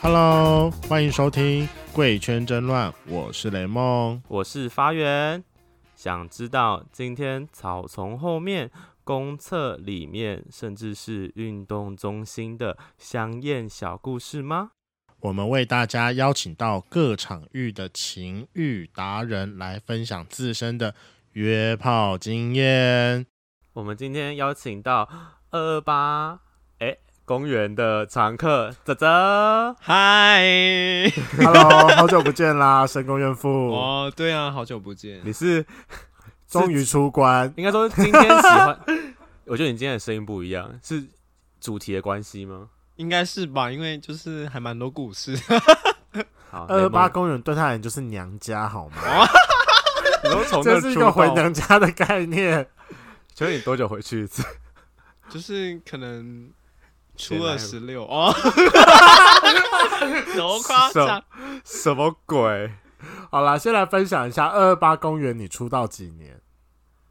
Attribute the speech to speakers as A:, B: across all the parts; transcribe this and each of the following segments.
A: Hello，欢迎收听《贵圈争乱》，我是雷梦。
B: 我是发源。想知道今天草丛后面、公厕里面，甚至是运动中心的香艳小故事吗？
A: 我们为大家邀请到各场域的情欲达人来分享自身的约炮经验。
B: 我们今天邀请到二二八哎公园的常客泽泽，
C: 嗨，
D: Hello，好久不见啦，深宫怨妇，
C: 哦，对啊，好久不见。
B: 你是
D: 终于出关。
B: 应该说今天喜欢， 我觉得你今天的声音不一样，是主题的关系吗？
C: 应该是吧，因为就是还蛮多故事。
B: 好，
D: 二二八
B: 雷蒙
D: 公园对他人就是娘家，好吗？
B: 你都从
D: 这
B: 那
D: 是一
B: 出
D: 个回
B: 道，
D: 娘家的概念。
B: 请问你多久回去一次？
C: 就是可能初
B: 谁来
C: 二
B: 了
C: 十六哦， 多夸张！
B: 什么鬼？
D: 好啦，先来分享一下二二八公园，你出道几年？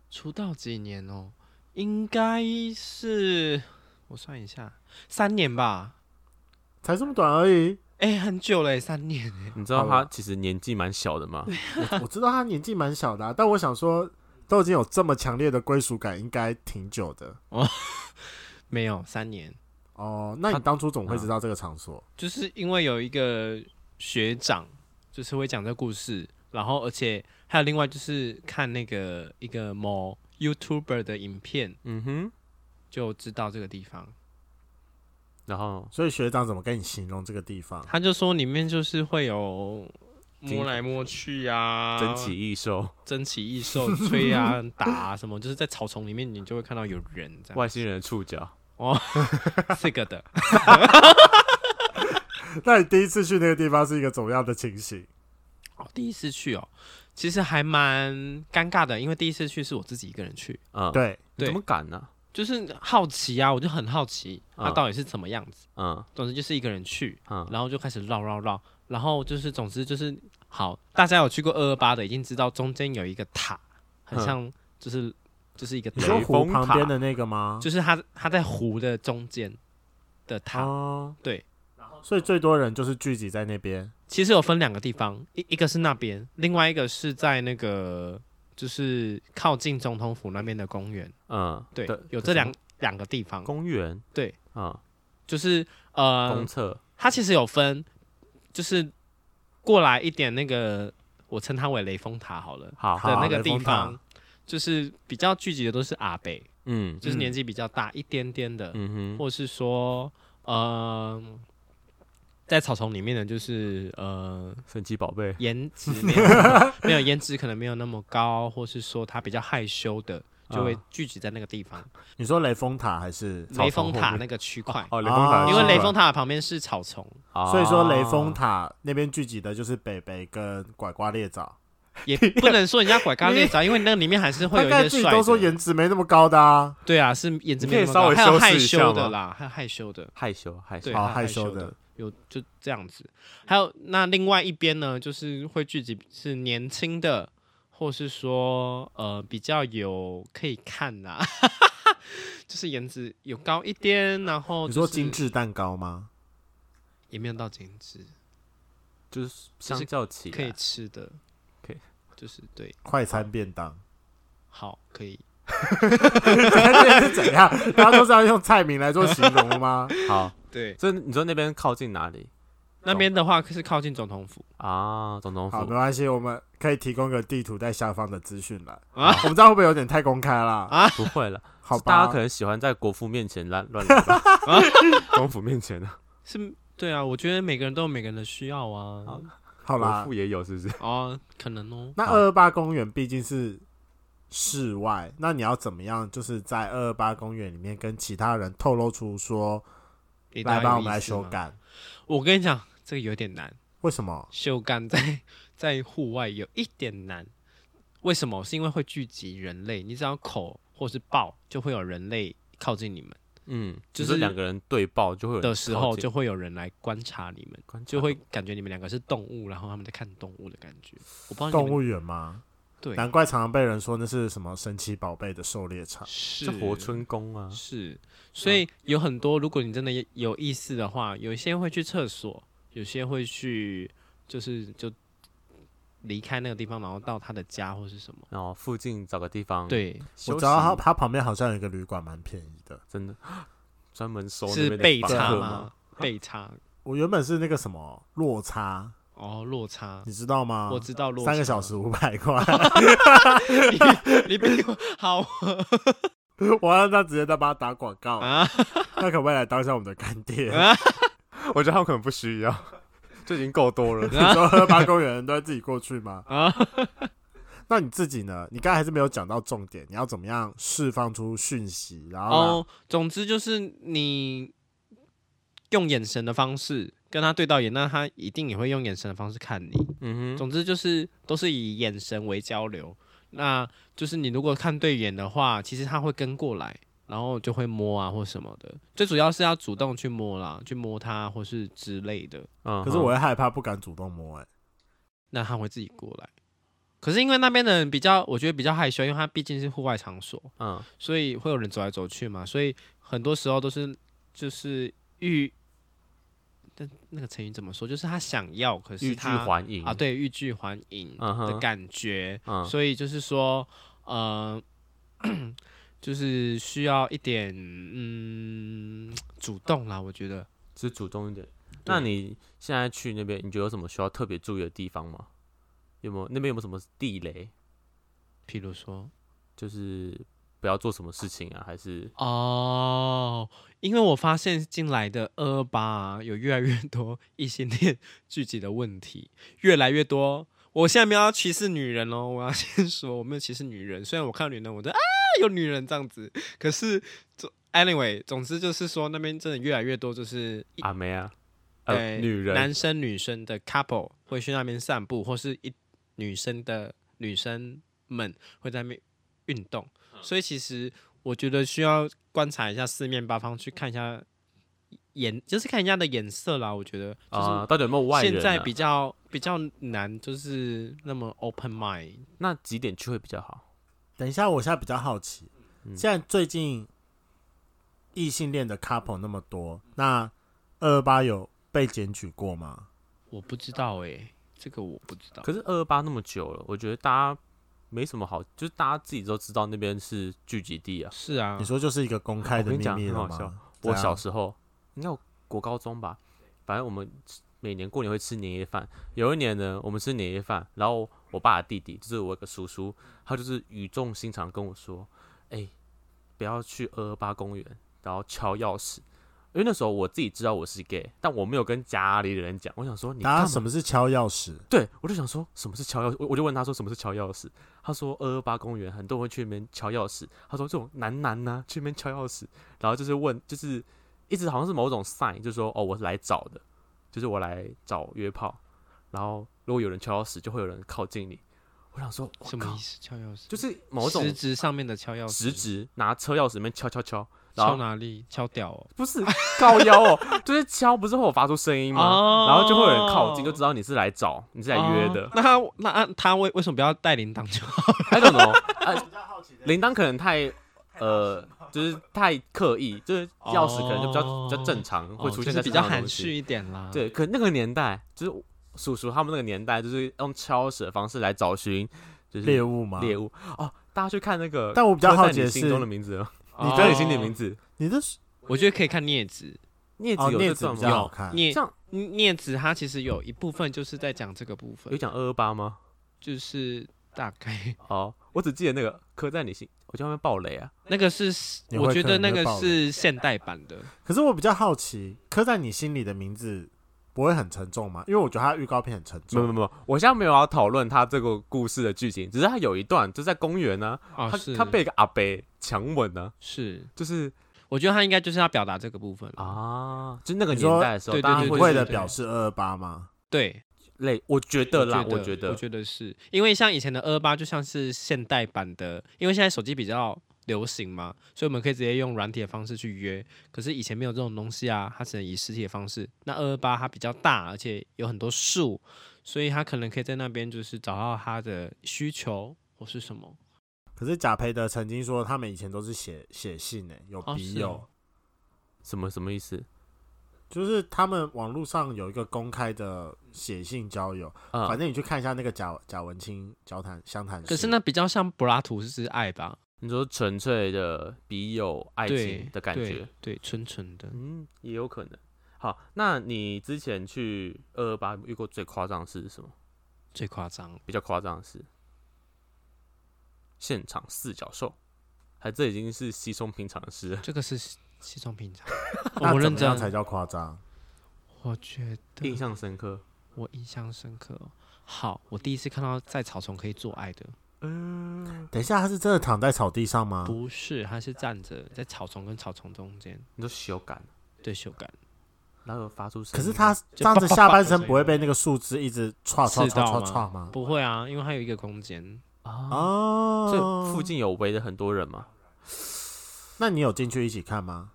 C: 出道几年哦？应该是我算一下，三年吧。
D: 才这么短而已。
C: 哎、很久嘞，三年哎。
B: 你知道
D: 好
B: 他其实年纪蛮小的吗？
D: 我我知道他年纪蛮小的啊、但我想说，都已经有这么强烈的归属感，应该挺久的。
C: 没有三年，
D: 哦，那你当初怎么会知道这个场所？
C: 就是因为有一个学长，就是会讲这故事，然后而且还有另外就是看那个一个某 YouTuber 的影片，
B: 嗯哼，
C: 就知道这个地方。
B: 然后
D: 所以学长怎么跟你形容这个地方？
C: 他就说里面就是会有
B: 金
C: 摸来摸去啊，
B: 珍奇异兽、
C: 珍奇异兽吹啊打啊什么，就是在草丛里面你就会看到有人这样，
B: 外星人的触角，
C: 这个的。
D: 那你第一次去那个地方是一个怎么样的情形？
C: 哦，第一次去哦，其实还蛮尴尬的，因为第一次去是我自己一个人去，
B: 嗯，，
D: 对，
B: 怎
C: 对
B: 么敢呢、
C: 就是好奇啊，我就很好奇它
B: 嗯
C: 到底是怎么样子。
B: 嗯
C: 总之就是一个人去，
B: 嗯，
C: 然后就开始绕绕绕，然后就是总之就是好，大家有去过二二八的已经知道中间有一个塔，很
B: 嗯
C: 像就是就是一个
D: 你
C: 塔
D: 说
B: 雷
D: 湖
B: 峰
D: 旁
B: 塔
D: 边的那个吗？
C: 就是它它在湖的中间的塔，
D: 哦，
C: 对，
D: 所以最多人就是聚集在那边。
C: 其实有分两个地方，一一个是那边，另外一个是在那个就是靠近总统府那边的公园，
B: 嗯，
C: 对
B: 的，
C: 有
B: 的
C: 这
B: 什
C: 两
B: 么
C: 两个地方，
B: 公园，
C: 对，
B: 嗯，
C: 就是呃
B: 公，厕，
C: 它其实有分，就是过来一点那个，我称它为雷峰塔好了。
B: 好，啊
D: 好
C: 的那个
D: 雷
C: 地
D: 峰塔
C: 方，就是比较聚集的都是阿北，
B: 嗯
C: 就是年纪比较大一点点的，
B: 嗯哼，
C: 或是说，呃，在草丛里面的，就是呃，
B: 神奇宝贝，
C: 颜 值没有没有颜值可能没有那么高，或是说他比较害羞的，就会聚集在那个地方，
D: 你说雷峰塔还是？
B: 啊草丛
C: 雷峰
B: 后
C: 塔
B: 面
C: 那个区块，
B: 哦，雷峰塔，
D: 啊
C: 因为雷峰塔旁边是草丛，
B: 哦，
D: 所以说雷峰塔那边聚集的就是北北跟拐瓜裂枣，
C: 也不能说人家拐咖裂枣，因为那里面还是会
D: 大
C: 有一
D: 概
C: 些
D: 自己
C: 帅
D: 都说
C: 的，
D: 颜值没那么高的啊。
C: 对啊，是颜值
B: 你可
C: 没那
B: 以
C: 么
B: 稍
C: 高，
B: 微
C: 还有
B: 修饰
C: 害
B: 一下
C: 羞的
B: 吗
C: 啦，还有害羞的。
B: 害羞害羞
C: 对，，
D: 好
C: 他
D: 害
C: 羞
D: 羞的，
C: 有就这样子。还有那另外一边呢，就是会聚集是年轻的，或是说呃比较有可以看啦、 就是颜值有高一点，然后、
D: 你
C: 哦就是、
D: 说精致蛋糕吗？
C: 也没有到精致，
B: 就是相较起
D: 啊
B: 来
C: 可以吃的，
B: 可以
C: 就是对，
D: 快餐便当，
C: 好可以。
D: 这是怎样？ 大家都是要用菜名来做形容的 吗？
B: 好，
C: 对，
B: 这你说那边靠近哪里
C: 那边的话是靠近总统府，
B: 啊？总统
D: 好，没
B: 府
D: 关系，我们可以提供个地图在下方的资讯栏。
C: 啊
D: 我们这样会不会有点太公开啦？
B: 不会了，
D: 好
B: 大
D: 吧
B: 家可，能喜欢在国父面前乱乱来吧，国父面前啊，
C: 是，对啊，我觉得每个人都有每个人的需要啊，
D: 好
B: 国
D: 啦
B: 父。也有是不是？
C: 哦，可能哦，
D: 那
B: 好
D: 二二八公园毕竟是室外，那你要怎么样？就是在二二八公园里面跟其他人透露出说，
C: 给
D: 来
C: 大家
D: 吧，
C: 有
D: 我们
C: 意
D: 来
C: 思
D: 修
C: 吗。
D: 改。
C: 我跟你讲，这个有点难。
D: 为什么？
C: 修干在 在户外有一点难，为什么？是因为会聚集人类，你只要口或是抱，就会有人类靠近你们
B: 嗯，
C: 就
B: 就是是两个人对抱就会有人
C: 的时
B: 靠
C: 候，
B: 近
C: 就会有人来观察你们，
B: 观察
C: 就会感觉你们两个是动物，然后他们在看动物的感觉。我不知道你
D: 动
C: 们
D: 物园吗？
C: 对
D: 难怪常常被人说那是什么神奇宝贝的狩猎场。
C: 是
B: 是活春宫啊，
C: 是，所以有很多，如果你真的有意思的话，有一些会去厕所，有些会去就是就离开那个地方，然后到他的家或是什么。
B: 然后附近找个地方
C: 对，
B: 休
D: 我
B: 息，
D: 知道他他旁边好像有一个旅馆蛮便宜的。
B: 真的 专门收那边
C: 是
B: 的
C: 背
B: 房
C: 差
B: 客
C: 吗？？背差
D: 我原本是那个什么落差，
C: 哦，落差。
D: 你知道吗？
C: 我知道落差
D: 啊三个小时五百块，
C: 你比我好
D: 我让他直接再帮他打广告，
C: 啊！
D: 他可不可以来当一下我们的干爹？
C: 啊
B: 我觉得他们可能不需要， 这已经够多 了。
D: 你说喝八公园都要自己过去吗？
C: 啊
D: 那你自己呢？你刚才还是没有讲到重点，你要怎么样释放出讯息，然后
C: 哦，总之就是你用眼神的方式跟他对到眼，那他一定也会用眼神的方式看你。
B: 嗯哼，
C: 总之就是都是以眼神为交流。那就是你如果看对眼的话，其实他会跟过来，然后就会摸啊或什么的。最主要是要主动去摸啦，去摸他或是之类的，
B: 嗯
D: 让可是我会害怕，不敢主动摸、哎，
C: 那他会自己过来。可是因为那边的人比较，我觉得比较害羞，因为他毕竟是户外场所，
B: 嗯
C: 所以会有人走来走去嘛，所以很多时候都是就是欲，但那个成语怎么说？就是他想要，可
B: 欲
C: 是
B: 拒
C: 他
B: 还迎
C: 啊，，对，欲拒还迎
B: 嗯
C: 的
B: 哼，
C: 感觉，
B: 嗯
C: 所以就是说，呃， 就是需要一点嗯主动啦，我觉得。
B: 就是主动一点。那你现在去那边，你觉得有什么需要特别注意的地方吗？有没有那边有没有什么地雷？
C: 譬如说，
B: 就是不要做什么事情啊，还是
C: 哦，因为我发现近来的二二八有越来越多异性恋聚集的问题，越来越多。我现在没有要歧视女人哦，我要先说我没有歧视女人。虽然我看到女人，我就 啊有女人这样子，可是总 anyway，总之就是说那边真的越来越多，就是一
B: 阿妹啊，
C: 对
B: 呃，女人，
C: 男生女生的 couple 会去那边散步，或是一女生的女生们会在那边运动，
B: 嗯
C: 所以其实我觉得需要观察一下四面八方，去看一下眼，就是看人家的眼色啦。我觉得
B: 啊，
C: 就
B: 到底有没有外
C: 是
B: 人啊？
C: 现在比较比较难，就是那么 open mind。
B: 那几点去会比较好？
D: 等一下，我现在比较好奇，
B: 嗯
D: 现在最近异性恋的 couple 那么多，那二二八有被检举过吗？
C: 我不知道诶、这个我不知道。
B: 可是二二八那么久了，我觉得大家没什么好，就是大家自己都知道那边是聚集地啊。
C: 是啊
D: 你，说就是一个公开的秘密了
B: 我跟你讲很好笑
D: 吗？
B: 我
D: 怎样
B: 小时候，应该我国高中吧，反正我们吃每年过年会吃年夜饭。有一年呢，我们吃年夜饭，然后我爸的弟弟，就是我一个叔叔，他就是语重心长跟我说：“哎、不要去二二八公园，然后敲钥匙。”因为那时候我自己知道我是 gay，但我没有跟家里的人讲。我想说你
D: 大家
B: 干嘛
D: 什么是敲钥匙？
B: 对，我就想说什么是敲钥匙，我我就问他说什么是敲钥匙，他说二二八公园很多人会去那边敲钥匙，他说这种男男呐、去那边敲钥匙，然后就是问就是一直好像是某种 sign，就是说哦我是来找的，就是我来找约炮，然后如果有人敲钥匙就会有人靠近你，我想说我
C: 什么
B: 靠
C: 意，思？敲钥匙？
B: 就是某种
C: 实质上面的敲钥匙，
B: 实质拿车钥匙里面敲敲敲，然
C: 敲
B: 后
C: 哪里？敲屌哦。
B: 不是靠腰哦，就是敲不是会有发出声音吗？然后就会有人靠近，就知道你是来找你是来约的
C: 哦。那他那啊他为为什么不要带铃铛就好？
B: I don't know，啊，铃铛可能太呃，就是太刻意，就是钥匙可能就比较、
C: 哦
B: 比较正常， 会出现
C: 就
B: 在
C: 是比
B: 正
C: 较
B: 常的
C: 含
B: 东西
C: 蓄。一点啦。，
B: 对，可那个年代就是叔叔他们那个年代，就是用敲匙的方式来找寻就是
D: 猎物吗？
B: 猎物哦。大家去看那个，
D: 但我比较好奇的
B: 你
D: 是哦
B: 心中的名字了，
D: 你对
B: 刻在
D: 你
B: 你心里的名，字，
D: 你的
C: 哦我觉得可以看镊子，
B: 镊
D: 哦
B: 子有
D: 镊
B: 这
D: 子
B: 段
D: 比较好
B: 吗？
D: 看，
C: 镊
B: 像
C: 镊子它其实有一部分就是在讲这个部
B: 有
C: 分，
B: 讲二二八吗？
C: 就是大概
B: 哦，我只记得那个刻在你心，我就会爆雷啊。
C: 那个是
D: 你会
C: 我觉
D: 可
C: 得
D: 能
C: 那
D: 会
C: 个
D: 爆
C: 是现代版的，
D: 可是我比较好奇，刻在你心里的名字不会很沉重吗？因为我觉得它的预告片很沉
B: 没有
D: 重。
B: 没有没有，我现在没有要讨论他这个故事的剧情，只是他有一段就在公园呢、啊
C: 哦
B: 他
C: 是
B: 他被一个阿伯强吻呢、
C: 是，
B: 就是
C: 我觉得他应该就是要表达这个部分了。
B: 啊，就那个
D: 你
B: 年
D: 说
B: 代的时候，
C: 对对
B: 大
C: 对
B: 家
D: 你
B: 会
D: 为
B: 就
D: 了
B: 是
D: 表示二二八吗？
C: 对，
B: 类，我觉得啦，我
C: 我
B: 觉
C: 我
B: 得
C: 觉得是因为像以前的二八就像是现代版的，因为现在手机比较流行嘛，所以我们可以直接用软体的方式去约。可是以前没有这种东西啊，它只能以实体的方式。那二二八它比较大，而且有很多树，所以它可能可以在那边就是找到它的需求或是什么。
D: 可是贾培德曾经说，他们以前都是写写信呢、有
C: 哦
D: 笔
C: 是
D: 友，
C: 哦
B: 什么什么意思？
D: 就是他们网络上有一个公开的写信交友，
B: 啊、
D: 反正你去看一下那个贾贾文清交谈相谈室。
C: 可是那比较像柏拉图式爱吧，
B: 你说纯粹的笔友爱
C: 对
B: 情的感觉，
C: 对，对纯纯的。
B: 嗯，也有可能。好，那你之前去二二八遇过最夸张的事是什么？
C: 最夸张，
B: 比较夸张的是现场四角兽，还这已经是稀松平常的事了。
C: 这个是稀松 平常。
D: 那
C: 我
D: 怎
C: 认
D: 么
C: 真啊
D: 样，才叫夸张？
C: 我觉
B: 印
C: 得
B: 象深刻，
C: 我印象深刻哦。好，我第一次看到在草丛可以做爱的，
D: 等一下，他是真的躺在草地上吗？
C: 不是，他是站着在草丛跟草丛中间，
B: 你说修改，
C: 对手感。
B: 然后有发出声
D: 可是
B: 音，
D: 他这样子下半身不会被那个树枝一直歘歘歘歘歘吗？
C: 不会啊，因为它有一个空间，
B: 啊，
D: 哦，
B: 这、附近有围了很多人吗？
D: 那你有进去一起看吗？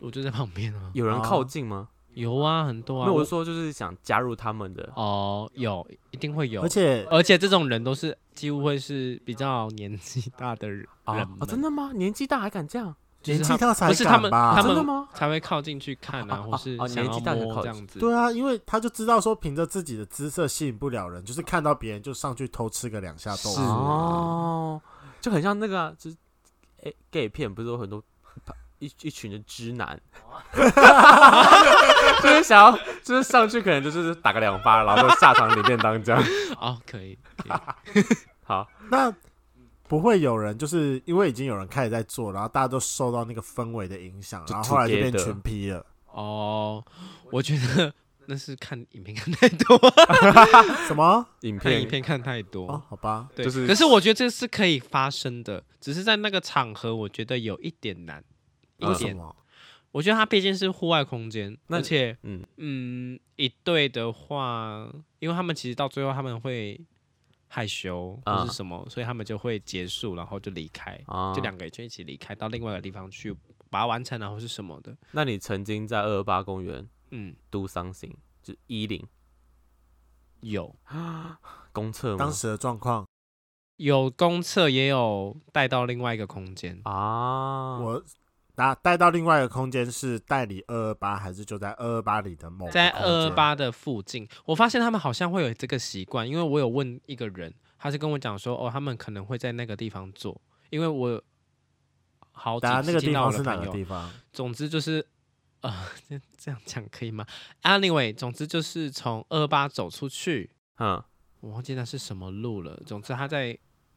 C: 我就在旁边啊。
B: 有人
D: 哦
B: 靠近吗？
C: 有啊，很多啊。
B: 那我是说就是想加入他们的，
C: 哦，有，一定会有。
D: 而且
C: 而且这种人都是几乎会是比较年纪大的人，
B: 啊
C: 人们
B: 啊真的吗？年纪大还敢这样？
C: 就
D: 年
C: 是
D: 纪大才
C: 不是他
D: 敢
C: 们
D: 吧
C: 他？
B: 真
C: 们
B: 的吗？
C: 才会靠近去看啊，
B: 啊啊
C: 或是
B: 啊
C: 想要
B: 年纪大才
C: 摸
B: 靠
C: 这
B: 近
C: 样子。
D: 对啊，因为他就知道说，凭着自己的姿色吸引不了人，就是看到别人就上去偷吃个两下豆
C: 是
B: 啊
D: 腐。
B: 哦，就很像那个、啊，就是诶、gay 片，不是有很多一一群的直男， 就是想要，就是上去可能就是打个两发，然后就下场领便当这样。
C: 哦，可以，可以
B: 好，
D: 那不会有人就是因为已经有人开始在做，然后大家都受到那个氛围的影响，
B: 就
D: 然后后来就变
B: together
D: 群批了。
C: 哦，我觉得 那是看影片看太多，啊
D: 什么？
B: 影
C: 看
B: 片
C: 影片看太
D: 哦
C: 多，。
D: 好吧，
C: 对，
B: 就是
C: 可是我觉得这是可以发生的，只是在那个场合，我觉得有一点难，一
D: 为
B: 嗯
D: 什
C: 点。
D: 么？
C: 我觉得它毕竟是户外空间，
B: 那
C: 而且，
B: 嗯
C: 嗯，一对的话，因为他们其实到最后他们会害羞或
B: 啊
C: 是什么，所以他们就会结束，然后就离开，
B: 啊
C: 就两个人就一起离开到另外一个地方去把它完成啊，或是什么的。
B: 那你曾经在二二八公园
C: 嗯，
B: do something，就一零
C: 有
B: 公厕吗
D: 当？时的状况，
C: 有公厕，也有带到另外一个空间，
B: 啊，
D: 我那带到另外一个空间是代理二二八，还是就在二二八里的某个
C: 在
D: 哦空
C: 二二
D: 间？
C: 八的附近，我发现他们好像会有这个习惯，因为我有问一个人，他是跟我讲说，哦，他们可能会在那个地方做，因为我好几
D: 大家
C: 次
D: 那个
C: 听
D: 地
C: 到
D: 方
C: 我
D: 是
C: 的
D: 哪
C: 朋
D: 个
C: 友，
D: 地方？
C: 总之就是，呃，这这样讲可以吗？Anyway，总之就是从二八走出去，
B: 嗯，
C: 我忘记那是什么路了。总之他在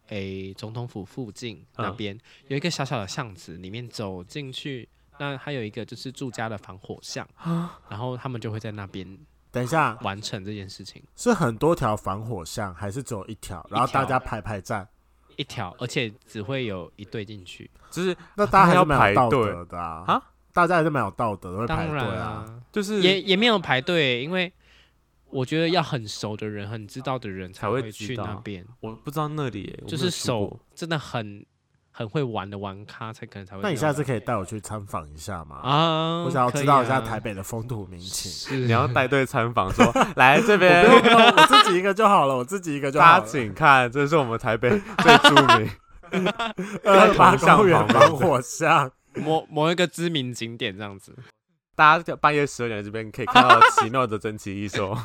C: 诶总统府附近
B: 嗯
C: 那边、有一个小小的巷子，里面走进去，那还有一个就是住家的防火巷，
B: 啊
C: 然后他们就会在那边
D: 等一下，
C: 完成这件事情。
D: 是很多条防火巷，还是只有一条？然后大家排排站，
C: 一条，而且只会有一对进去。
B: 就是
D: 那大家还
B: 还
D: 是
B: 要
D: 蛮有
B: 排
D: 道
B: 队
D: 德的啊！
B: 啊
D: 大家还是蛮有道德的，会排
C: 当
D: 队
C: 然
D: 啊。
C: 啊，
B: 就是
C: 也也没有排队，因为我觉得要很熟的人、很知道的人
B: 才会
C: 会
B: 知
C: 去
B: 道
C: 那边，
B: 我不知道那里耶，我没
C: 就
B: 有
C: 是
B: 去过
C: 手真的很很会玩的玩咖才可能才会
D: 那
C: 那样玩。
D: 你下次可以带我去参访一下吗？
C: 啊，
D: 我想要知道一下
C: 可以啊
D: 台北的风土民情。
B: 你
C: 是
B: 要带队参访 说来这边
D: 不。用不用，我自己一个就好了，我自己一个就好
B: 大家
D: 了。
B: 请看，这是我们台 北最著名。
D: 二八公园
B: 在同巷旁边
D: 防火巷，
C: 某某一个知名景点这样子。
B: 大家半夜十二点这边可以看到奇妙的珍奇异 兽，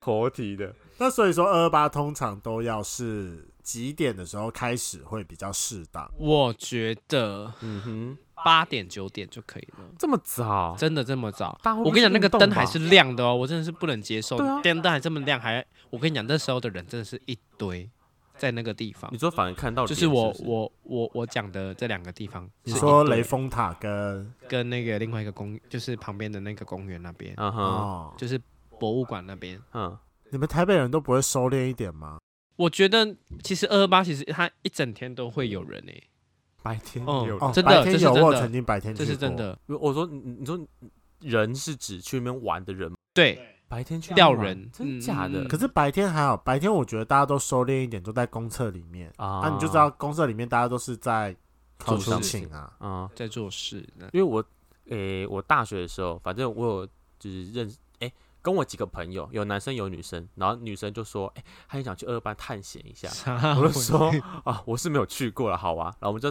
B: 活体的。
D: 那所以说二二八通常都要是几点的时候开始会比较适当？
C: 我觉得
B: 嗯哼，
C: 八点九点就可以了。
B: 这么
D: 哦
B: 早？
C: 真的这么早？
B: 大家会
C: 我跟你讲，那个
B: 哦运动
C: 灯
B: 吧
C: 还是亮的哦，我真的是不能接受
B: 对啊，
C: 电灯还这么亮，还我跟你讲，那时候的人真的是一堆在那个地方
B: 你，说反而看到
C: 就
B: 脸
C: 是
B: 是
C: 我
B: 不是
C: 我我我讲的这两个地方，
D: 你
C: 是
D: 说
C: 一堆
D: 雷峰塔跟
C: 跟那个另外一个公，就是旁边的那个公园那边，
B: 嗯哼
D: 哦，
C: 就是博物馆那边。
B: 嗯，
D: 你们台北人都不会收敛一点吗？
C: 我觉得其实二二八其实它一整天都会有人诶、
B: 白天
C: 嗯
B: 有人
D: 哦，
C: 真的
D: 白天
C: 这是
D: 有
C: 真的
D: 我曾经白天去
C: 这
D: 过，
C: 是真的。
B: 我说你你说人是指去那边玩的人吗，
C: 对，
B: 白天去
C: 钓
B: 那边玩
C: 人
B: 真
C: 嗯
B: 假的
C: 嗯
D: 可是白天还好，白天我觉得大家都收敛一点，都在公厕里面
B: 啊
D: 啊，你就知道公厕里面大家都是在
B: 做
D: 烤
B: 事
D: 出
B: 情
D: 情啊，
B: 啊，
C: 在做事呢。
B: 因为我，诶、我大学的时候，反正我有就是认识，诶、跟我几个朋友，有男生有女生，然后女生就说，诶、她很想去二班探险一下， 我就说 啊，我是没有去过了，好啊，然后我们就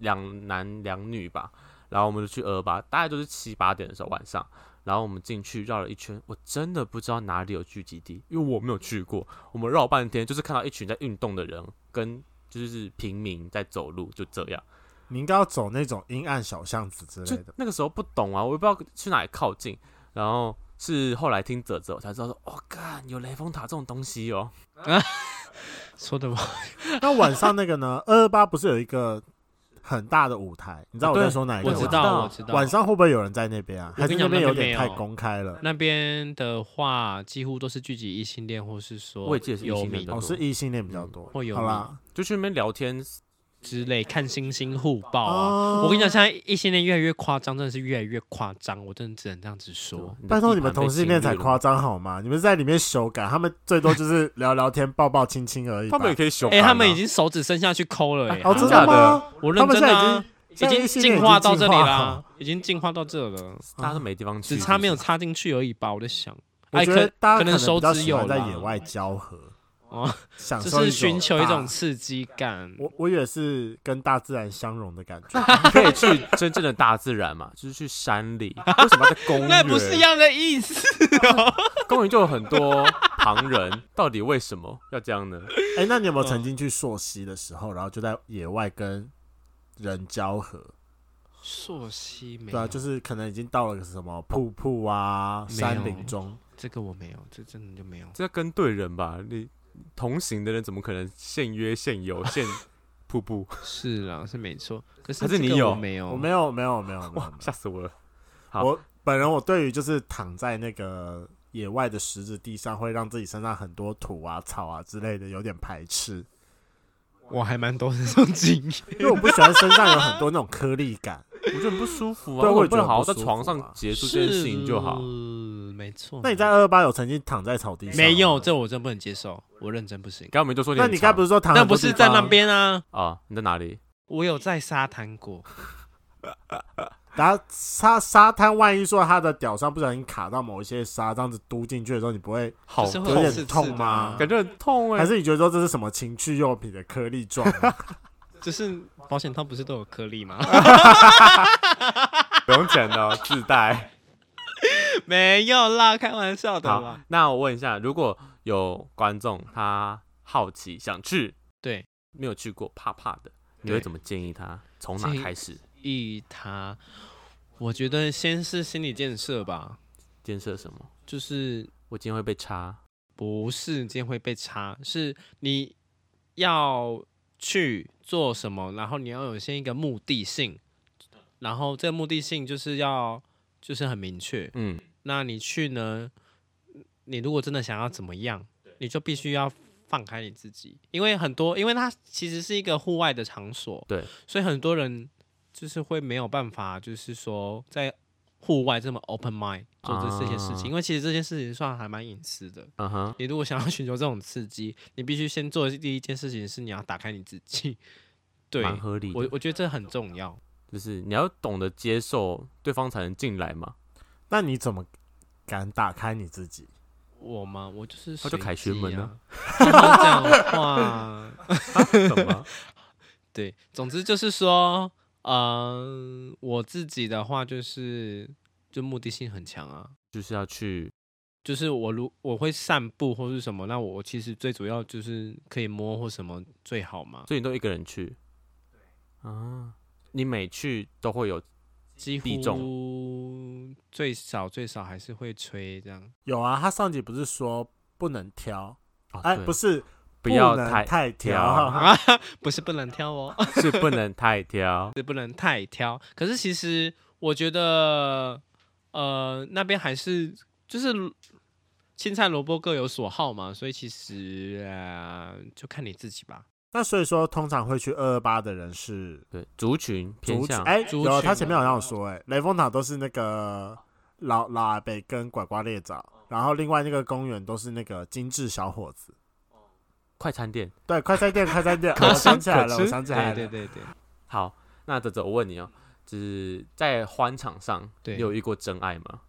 B: 两男两女吧，然后我们就去二八，大概就是七八点的时候晚上，然后我们进去绕了一圈，我真的不知道哪里有聚集地，因为我没有去过。我们绕半天，就是看到一群在运动的人跟就是平民在走路，就这样。
D: 你应该要走那种阴暗小巷子之
B: 就
D: 类的。
B: 那个时候不懂啊，我也不知道去哪里靠近。然后是后来听泽泽我才知道说，哦，干有雷峰塔这种东西哦。
C: 说的我
D: 那晚上那个呢？二二八不是有一个很大的舞台？你知道我在说哪一个
C: 哦我
D: 吗？
C: 知
B: 我知道
C: 道，我知道。
D: 晚上会不会有人在那边啊？
C: 我
D: 还是
C: 跟你讲
D: 边有
C: 那边没
D: 点太
C: 有
D: 公开了？
C: 那边的话，几乎都是聚集异性恋，或是说
B: 我也记得是异
C: 游
B: 性恋
C: 民
B: 比较
D: 哦，
B: 多
D: 是异性恋比较多。
C: 嗯会有
D: 好啦，
B: 就去那边聊天，
C: 之类，看星星互爆啊。
D: 哦
C: 我跟你讲，现在异性恋越来越夸张，真的是越来越夸张，我真的只能这样子说。
B: 你的
D: 啊拜托
B: 地
D: 你们
B: 盘被
D: 同性
B: 侵
D: 恋
B: 略
D: 才
B: 了
D: 夸张好吗？你们在里面修改，他们最多就是聊聊天、抱抱、亲亲而已吧。
B: 他们也可以修、啊
C: 哎、他们已经手指伸下去抠了、哎、
D: 哦，真的
B: 真假的
D: 吗？
C: 我
D: 他
C: 认
D: 们
C: 真
D: 现在
C: 的、
D: 已
C: 啊
D: 经，
C: 已经进化到这里啦，已经进化到这了，
B: 大家都没地方去，
C: 只差没有
B: 是
C: 插进去而已吧。我在想，
D: 我
C: 哎，
D: 觉
C: 可
D: 得大家
C: 可能
D: 比
C: 手
D: 较
C: 指
D: 喜
C: 有
D: 欢在
C: 啦
D: 野外交合，
C: 哦，
D: 享
C: 就
D: 受
C: 是啊寻求一种
D: 大。
C: 刺激感。
D: 我我也是跟大自然相融的感觉，
B: 不是可以去 真正的大自然嘛，就是去山 里。为什么要在公园？
C: 那不是一样的意思哦。
B: 公园就有很多旁人，到底为什么要这样呢？
D: 哎、那你
C: 嗯
D: 有没有曾经去溯溪的时候，然后就在野外跟人交合？
C: 朔溪没有，
D: 对啊，就是可能已经到了什么瀑布啊、
C: 没有
D: 山林中，
C: 这个我没有，这真的就没有。
B: 这要跟对人吧，你同行的人怎么可能现约现 游现瀑布？
C: 是啦，是没错。可是
B: 还是
C: 这个
B: 你有
C: 我没有？
D: 我没有，没有，没有，没有
B: 哇，吓死我了！好
D: 我本人我对于就是躺在那个野外的石子地上，会让自己身上很多土啊、草啊之类的有点排斥，
C: 我还蛮多这种经验。
D: 因为我不喜欢身上有很多那种颗粒 感。
C: 哦
B: 我觉得很不舒服啊，
D: 对
B: 我
D: 我也
B: 不
D: 觉
B: 能
D: 得
B: 好好
D: 不
B: 在
D: 舒服
B: 床
D: 啊
B: 上结束这件事情就好。
C: 是没错。
D: 那你在二二八有曾经躺在草地上？
C: 没有，？这我真不能接受，我认真不行。
B: 刚刚我们就说
D: 那
B: 很
D: 你该
B: 长
D: 不是说躺？
C: 那不是在那？边啊，
B: 啊？你在哪里？
C: 我有在沙滩过，
D: 然后沙沙滩，万一说他的屌上不小心卡到某一些沙，这样子嘟进去的时候，你不会？
B: 好
C: 就是会
D: 有
B: 痛
D: 点
C: 刺刺的啊
D: 痛吗
B: 感觉很痛哎、
D: 还是你觉得说这是什么情趣用品的颗粒状？
C: 就是保险套不是都有颗 粒吗？
B: 不用 钱的，自带。
C: 没有啦，开玩笑的
B: 好
C: 啦。，
B: 那我问一下，如果有观众他好奇想去，
C: 对，
B: 没有去过，怕怕的，你
C: 对
B: 会怎么建议他？从哪
C: 建议
B: 开始？
C: 一他，我觉得先是心理建设吧，
B: 建设什么？
C: 就是
B: 我今天会被插，
C: 不是今天会被插，是你要去做什么，然后你要有先一个目的性，然后这个目的性就是要就是很明确。
B: 嗯，
C: 那你去呢？你如果真的想要怎么样，你就必须要放开你自己，因为很多，因为它其实是一个户外的场所，
B: 对，
C: 所以很多人就是会没有办法，就是说在户外这么 open mind 做这这些事情，
B: 啊
C: 因为其实这件事情算还蛮隐私的。
B: 嗯哼，
C: 你如果想要 寻求这种刺激，你必须先做的第一件事情是你要打开你自己。对，
B: 蛮合理
C: 我
B: 的，
C: 我觉得这很重要。
B: 就是你要懂得接受对方才能进来 嘛。
D: 那你怎么敢打开你自己？
C: 我吗？我就是
B: 那就凯
C: 随
B: 旋门
C: 机
B: 啊
C: 啊。 就是讲话，
B: 怎么？
C: 对，总之就是说，嗯、我自己的话就是，就目的性很强啊。
B: 就是要去
C: 就是我如我会散步或是什么，那我其实最主要就是可以摸或什么最好嘛，
B: 所以你都一个人去？啊，你每去都会有
C: 几
B: 必中
C: 乎最少最少还是会吹这样。
D: 有啊，他上集不是说不能挑？
B: 哦
C: 啊
D: 哎、
B: 对
D: 不是，
B: 不要
D: 能
B: 太
D: 太
B: 挑
D: 挑。
C: 不是不能挑哦，，
B: 是不能太挑
C: 是不能太挑。可是其实我觉得，呃，那边还是就是青菜萝卜各有所好嘛，所以其实、呃、就看你自己吧。
D: 那所以说，通常会去二二八的人是
B: 对族群偏
D: 族群
B: 向
D: 哎、
C: 族
D: 有
C: 群
D: 他前面好像有说、哎，雷峰塔都是那个老老阿伯跟拐瓜猎枣，然后另外那个公园都是那个精致小伙子。
B: 快餐店。
D: 对，快餐店，快餐店，
C: 可
D: 我
C: 吃
D: 想起来了，
B: 可
D: 我
B: 吃
D: 想起来
C: 对
D: 了。
C: 对对对，
B: 好，那泽泽，我问你哦，就是在欢场上，
C: 对
B: 你有遇过真爱吗？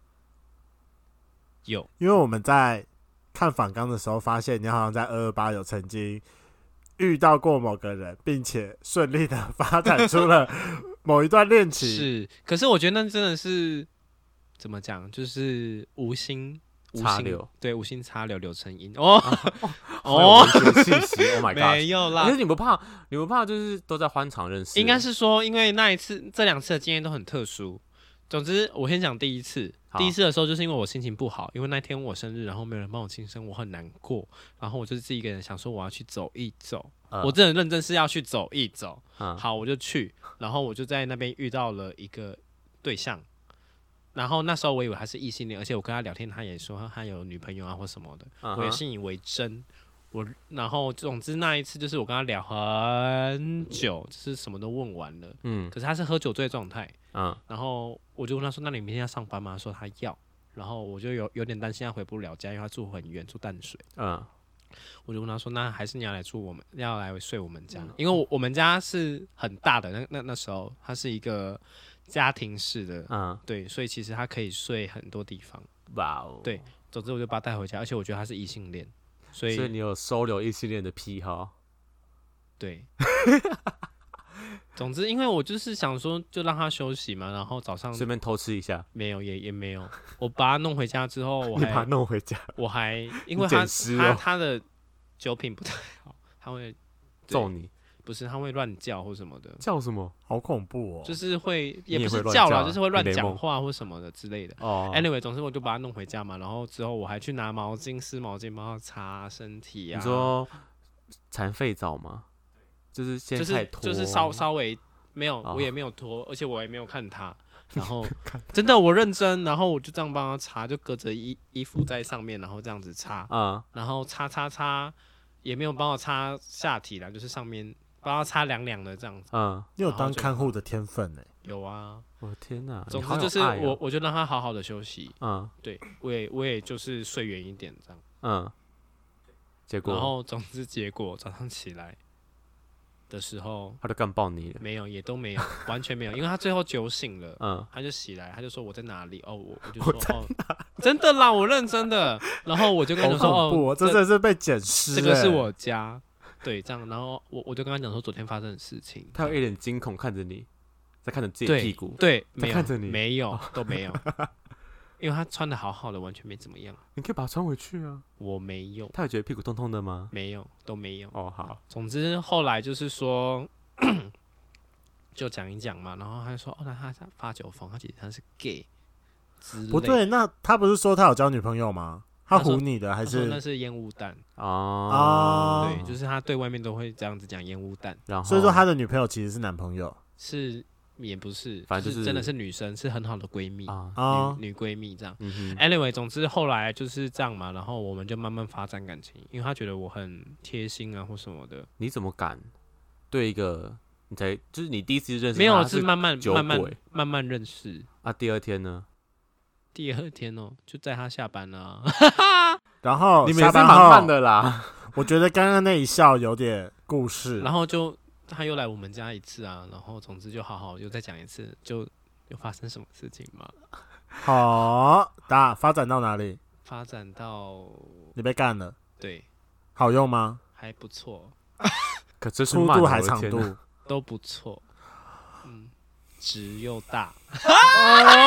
C: 有
D: 因为我们在看反纲的时候，发现你好像在二二八有曾经遇到过某个人，并且顺利 的发展出了某一段恋情。
C: 是，可是我觉得那真的是怎么讲，就是无心无
B: 插
C: 心
B: 柳，
C: 对，无心插柳柳成荫 哦
B: 哦
C: 哦，，
B: 气息，Oh my god！
C: 没
B: 可
C: 有啦
B: 是，你不怕，你不怕，就是都在欢场认识，
C: 应该是说，因为那一次这两次的经验都很特殊。总之，我先讲第一次。
B: 好
C: 第一次的时候，就是因为我心情不好，因为那天我生日，然后没有人帮我庆生，我很难过。然后我就是自己一个人想说，我要去走一走。
B: 呃
C: 我真的认真是要去走一走。
B: 嗯
C: 好，我就去，然后我就在那边遇到了一个对象，然后那时候我以为他是异性恋，而且我跟他聊天，他也说他有女朋友啊或什么的，
B: 嗯哼
C: 我也信以为真。我然后总之那一次就是我跟他聊很久，就是什么都问完了，
B: 嗯
C: 可是他是喝酒醉的状态，
B: 嗯
C: 然后我就问他说：“那你明天要上班吗？”他说他要，然后我就有有点担心他回不了家，因为他住很远，住淡水。
B: 嗯
C: 我就问他说：“那还是你要来住我们，要来睡我们家？
B: 嗯
C: 因为我我们家是很大的，那那那时候它是一个家庭式的，
B: 嗯，
C: 对，所以其实他可以睡很多地方。
B: 哇哦，
C: 对总之我就把他带回家，而且我觉得他是异性恋，所以
B: 所以你有收留异性恋的癖好，
C: 对。 总之，因为我就是想说，就让他休息嘛，然后早上
B: 顺便偷吃一下，
C: 没有也也没有，我把他弄回家之后， 我
D: 你把它
C: 还
D: 弄回家，
C: 我还因
B: 你
C: 为他
B: 捡尸
C: 他
B: 哦
C: 他的酒品不太好，他会对
B: 揍你
C: 不是他会乱叫或什么的，
B: 叫什么？
D: 好恐怖哦！
C: 就是会
B: 也
C: 也不是
B: 会乱
C: 叫
B: 叫
C: 啦，
B: 啊
C: 就是会
B: 你
C: 乱
B: 雷
C: 讲
B: 梦
C: 话或什么的之类的。
B: 哦，
C: Anyway，总之我就把它弄回家嘛，然后之后我还去拿毛巾、湿毛巾帮它擦身体啊。
B: 你说残废澡吗？就是先
C: 就是
B: 太脱，
C: 就是稍稍微没有，
B: 哦
C: 我也没有脱，而且我也没有看 它。然后真的我认真，然后我就这样帮它擦，就隔着衣衣服在上面，然后这样子擦，
B: 嗯
C: 然后擦擦擦，也没有帮我擦下体啦，就是上面帮它擦凉凉的这样子。
B: 嗯，
D: 你有当看护的天分呢、欸
C: 有啊，
B: 我的天哪，你
C: 总
B: 好
C: 之
B: 有
C: 就是
B: 爱哦
C: 我我就让它好好的休息。
B: 嗯
C: 对，我也我也就是睡远一点这样。
B: 嗯，结
C: 然
B: 果
C: 后总之结果早上起来的时候
B: 他就干爆你了，
C: 没有，也都没有，完全没有，因为他最后酒醒了。
B: 嗯，
C: 他就起来，他就说我在哪里？哦，我我就说哦，真的啦，我认真的。然后我就跟他
D: 好
C: 讲说
D: 恐怖、
C: 哦
D: 哦，，这真的是被捡尸、欸。
C: 这个是我家，对，这样。然后我我就跟他讲说昨天发生的事情，
B: 他有一脸惊恐看着你，在看着自己的
C: 对
B: 屁股，
C: 对，
B: 他
C: 没有
B: 看着你
C: 没
D: 哦
C: 有都没 有，因为他穿的好好的，完全没怎么样。
B: 你可以把它穿回去啊。
C: 我没有，
D: 哦
B: 他有觉得屁股痛痛的吗？
C: 没有都没有。
B: 哦，好，
C: 总之后来就是说， 就讲一讲嘛，然后他就说，哦，那他是发酒疯，他其实他是 gay 之类的。
D: 不对，那他不是说他有交女朋友吗？他唬你的还
C: 他说那
D: 是？
C: 是烟雾弹，
B: 哦，
D: 啊
C: 对，哦就是他对外面都会这样子讲烟雾弹，
B: 然后
D: 所以说他的女朋友其实是男朋友
C: 是也不是，
B: 反正
C: 就
B: 就是
C: 真的是女生，是很好的闺蜜，
B: 啊，
D: 啊，
C: 女女闺蜜这样。
B: 嗯哼，
C: Anyway，总之后来就是这样嘛，然后我们就慢慢发展感情，因为他觉得我很贴心啊或什么的，
B: 你怎么敢对一个你才就是你第一次认识
C: 没有
B: 他
C: 是慢慢
B: 酒
C: 慢慢
B: 鬼
C: 慢慢认识。
B: 啊？第二天呢？
C: 第二天哦，就在他下班了 啊、
D: 然后
B: 你们也
D: 哦下
B: 是
D: 班
B: 蛮
D: 后
B: 慢的啦，
D: 我觉得刚刚那一笑有点故事，
C: 然后就他又来我们家一次啊，然后总之就好好又再讲一次，就又发生什么事情嘛？
D: 好，打发展到哪里？
C: 发展到
D: 你被干了，
C: 对
D: 好用吗？
C: 还不错，
B: 可真是
D: 粗
B: 慢啊
D: 度还
B: 我的
D: 长
B: 天
D: 度
B: 哪？
C: 都不错，嗯，值又大。
D: 哦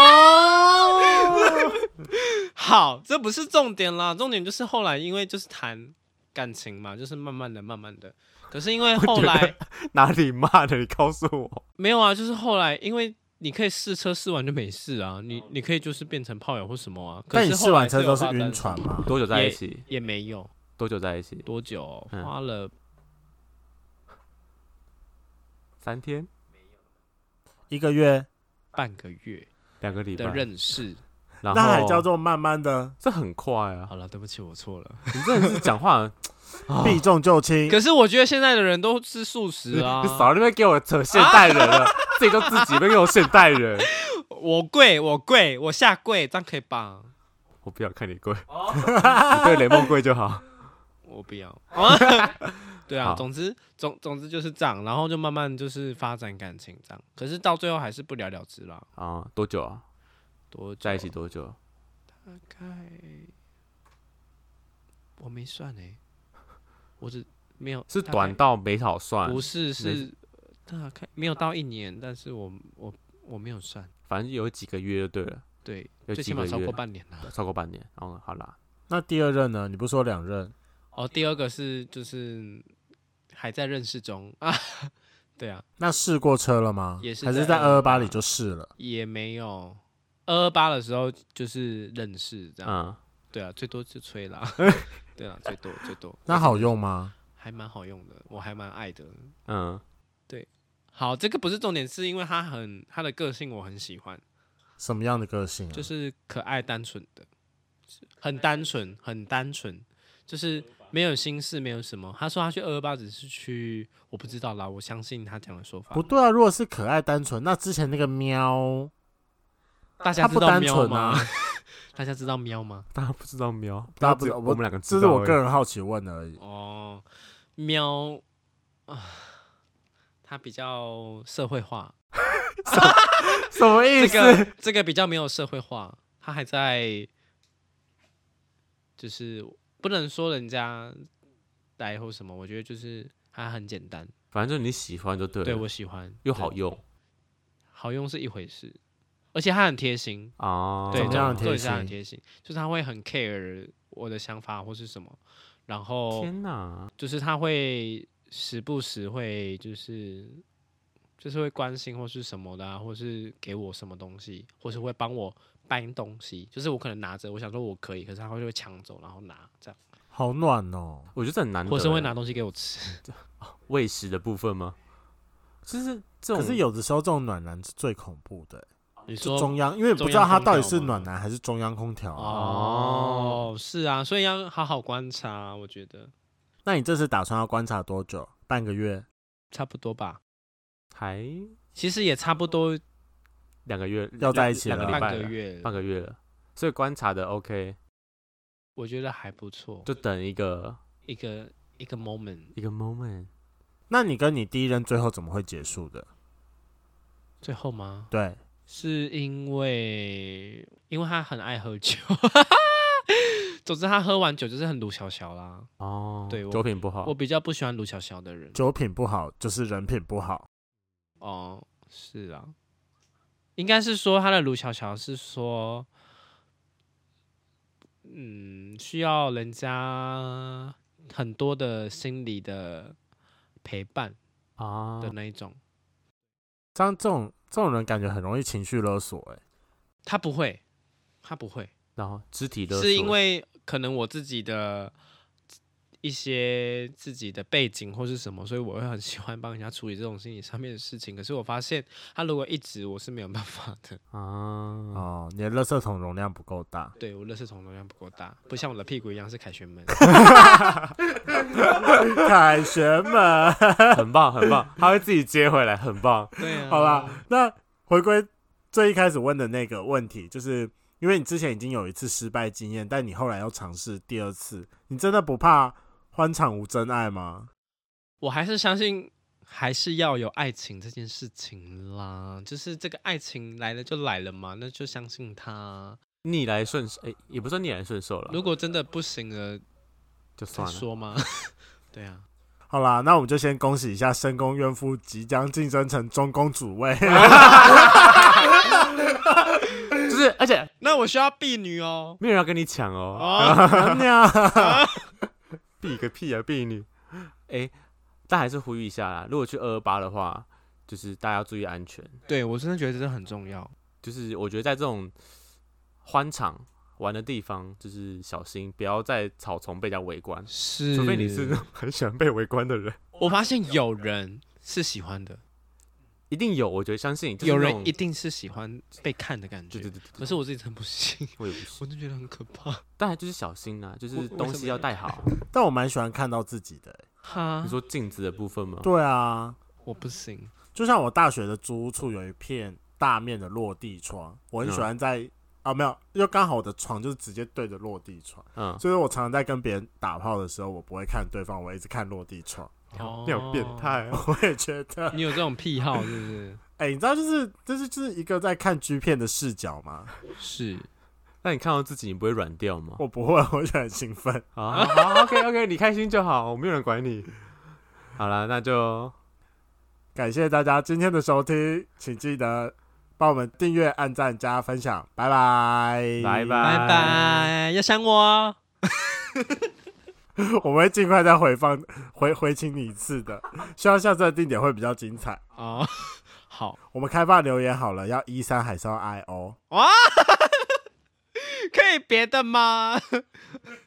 C: 好，这不是重点啦，重点就是后来因为就是谈感情嘛，就是慢慢的、慢慢的。可是因为后来
B: 哪里骂的？你告诉我。
C: 没有啊，就是后来因为你可以试车试完就没事啊，你你可以就是变成炮友或什么啊。可
D: 但
C: 是
D: 你
C: 后
D: 试完
C: 来
D: 车之后
C: 有
D: 是
C: 发
D: 晕
C: 展
D: 船吗？
B: 多久在
C: 也
B: 一起？
C: 也没有
B: 多久在一起？
C: 多久哦、
B: 嗯
C: 花了
B: 三天、
D: 一个月，
C: 半个月
B: 两个礼拜
C: 的？认识。
B: 然后
D: 那还叫做慢慢的
B: 这很快啊！
C: 好了，对不起，我错了。
B: 你真哦的是讲 话啊
D: 避重就轻。
C: 可是我觉得现在的人都是素食啊
B: 你，少在那边给我扯现代人 了，自己都自己没有现代人，
C: 我跪，我跪，我下跪，这样可以吧？
B: 我不要看你跪， 你对雷梦跪就好。
C: 我 不要。对啊，
B: 好
C: 总之总总之就是这样，然后就慢慢就是发展感情这样，可是到最后还是不了了之啦。
B: 啊，多久啊？
C: 多久
B: 在一起？多久？
C: 大概我没算哎、我只没有
B: 是
C: 大概
B: 短到没好算
C: 不，是是大概没有到一年，但是我我我没有算，
B: 反正有几个月就对了。
C: 对，
B: 有
C: 最起
B: 几
C: 码
B: 个
C: 超过
B: 月，
C: 半年了。
B: 超过半年。哦，好啦，
D: 那第二任呢？你不是说两任？
C: 哦，第二个是就是还在认识中 啊，对啊，
D: 那试过车了吗？
C: 也是
D: 还是
C: 在
D: 在二二八
C: 228
D: 里就试了？
C: 也没有二二八的时候就是认识这样，
B: 嗯，
C: 对啊，最多就 吹啦，对啊，最多最多，
D: 那好用吗？
C: 还蛮好用的，我还蛮爱的。
B: 嗯，
C: 好，这个不是重点，是因为他很他的个性我很喜欢，
D: 什么样的个性、啊？
C: 就是可爱单纯的，很单纯很单纯，就是没有心事，没有什么。他说他去二二八只是去，我不知道啦，我相信他讲的说法
D: 不。对啊，如果是可爱单纯，那之前那个喵，
C: 大家
D: 他
C: 知
D: 不
C: 道
D: 单
C: 喵
D: 纯
C: 吗
D: 啊
C: 大家知道喵吗？
B: 大家不知道喵，
D: 大家不知道
B: 我们两个
D: 这
B: 知
D: 是
B: 道
D: 我
B: 而已
D: 个人好奇问的而已。
C: 哦，喵啊，他比较社会化，
D: 什么意
C: 这
D: 思？
C: 个这个比较没有社会化，他还在，就是不能说人家来或什么，我觉得就是他很简单，
B: 反正就是你喜欢就对了，
C: 对我喜欢，
B: 又好
C: 对
B: 用
C: 好用是一回事，而且他很贴心，
B: 啊。
C: 对，
D: 怎么样
C: 重点
D: 贴
C: 是他很
D: 心
C: 贴心，就是他会很 care 我的想法或是什么，然后
B: 天哪，
C: 就是他会时不时会就是就是会关心或是什么的、啊，或是给我什么东西，或是会帮我搬东西。就是我可能拿着，我想说我可以，可是他会就会抢走，然后拿这样，
D: 好暖哦。
B: 我觉得这很难得欸。
C: 或是会拿东西给我吃。
B: 喂食的部分吗？就是这种，
D: 可是有的时候这种暖男是最恐怖的、欸
C: 你
D: 就
C: 说
D: 中央，因为不知道他到底是暖男还是中央空调、啊。
C: 哦，是啊，所以要好好观察，啊我觉得
D: 那你这次打算要观察多久？半个月？
C: 差不多吧。
B: 还
C: 其实也差不多
B: 两个月
D: 要在一起
B: 两个
D: 了
B: 礼
C: 半
B: 拜
C: 个
B: 了，
C: 月，
B: 半个月了，所以观察的 OK，
C: 我觉得还不错，
B: 就等一个
C: 一个一个 moment。
B: 一个 moment。
D: 那你跟你第一任最后怎么会结束的？
C: 最后吗？
D: 对，
C: 是因为因为他很爱喝酒， 总之他喝完酒就是很鲁小小啦。
B: 哦，
C: 对我
B: 酒品不好
C: 我，比较不喜欢鲁小小的人。
D: 酒品不好就是人品不好。
C: 哦，是啊，应该是说他的鲁小小是说，嗯，需要人家很多的心理的陪伴
B: 啊
C: 的那一种。
D: 这样这种这种人感觉很容易情绪勒索、欸，
C: 他不会，他不会。
B: 然后肢体的，
C: 是因为可能我自己的一些自己的背景或是什么，所以我会很喜欢帮人家处理这种心理上面的事情。可是我发现，他如果一直我是没有办法的，
B: 啊，
D: 哦，你的垃圾桶容量不够大。
C: 对我热圾桶容量不够大，不像我的屁股一样是凯 旋门。
D: 凯旋门，
B: 很棒很棒，他会自己接回来，很棒。
C: 对啊，
D: 好啦，那回归最一开始问的那个问题，就是因为你之前已经有一次失败经验，但你后来又尝试第二次，你真的不怕欢场无真爱吗？
C: 我还是相信还是要有爱情这件事情啦，就是这个爱情来了就来了嘛，那就相信他。
B: 逆来顺受，哎，也不算逆来顺受了，
C: 如果真的不行了，
B: 就
C: 再
B: 算了。
C: 说嘛。 对啊，
D: 好啦，那我们就先恭喜一下深宫怨妇即将晋升成中宫主位。
B: 就是，而且
C: 那我需要婢女 哦。
B: 没有人要跟你抢哦，
C: 哦，
B: 避个屁啊，避女。哎，但还是呼吁一下啦，如果去二二八的话，就是大家要注意安全。
C: 对我真的觉得这很重要。
B: 就是我觉得在这种欢场玩的地方，就是小心，不要在草丛被人家围观，
C: 是，
B: 除非你是那种很喜欢被围观的 人，
C: 我发现有人是喜欢的，
B: 一定有，我觉得相信就是
C: 有
B: 那
C: 人
B: 种
C: 一定是喜欢被看的感
B: 对对
C: 觉。
B: 对对，
C: 可是我自己真不行，
B: 我也不是，
C: 我真觉得很可怕。
B: 当然就是小心啦，就是
C: 为
B: 东西要带 好。
D: 但我蛮喜欢看到自己的欸、
C: 哈
B: 你，说镜子的部分吗？
D: 对啊，
C: 我不行，
D: 就像我大学的租屋处有一片大面的落地窗，我很喜欢在、啊没有，因为刚好我的床就是直接对着落地窗，
B: 嗯，
D: 所以我常常在跟别人打炮的时候，我不会看对方，我一直看落地窗。
C: 哦
B: 你好变态哦。
D: 啊我也觉得，
C: 你有这种癖好是不是？
D: 哎、你知道就是这是就是一个在看 G 片的视角吗？
C: 是，
B: 那你看到自己，你不会软掉
C: 哦
B: 吗？
D: 我不会， 我就很兴奋。
B: 啊，好，OK OK，你开心就好，没有人管你。好了，那就
D: 感谢大家今天的收听，请记得帮我们订阅、按赞、加分享，拜拜，
B: 拜拜
C: 拜拜，要想我哦。
D: 我们会尽快再回放 回回请你一次的，希望下次的定点会比较精彩。
C: 哦，好
D: 我们开放留言好了，要一三还是要 I O？
C: 哇，可以别的吗？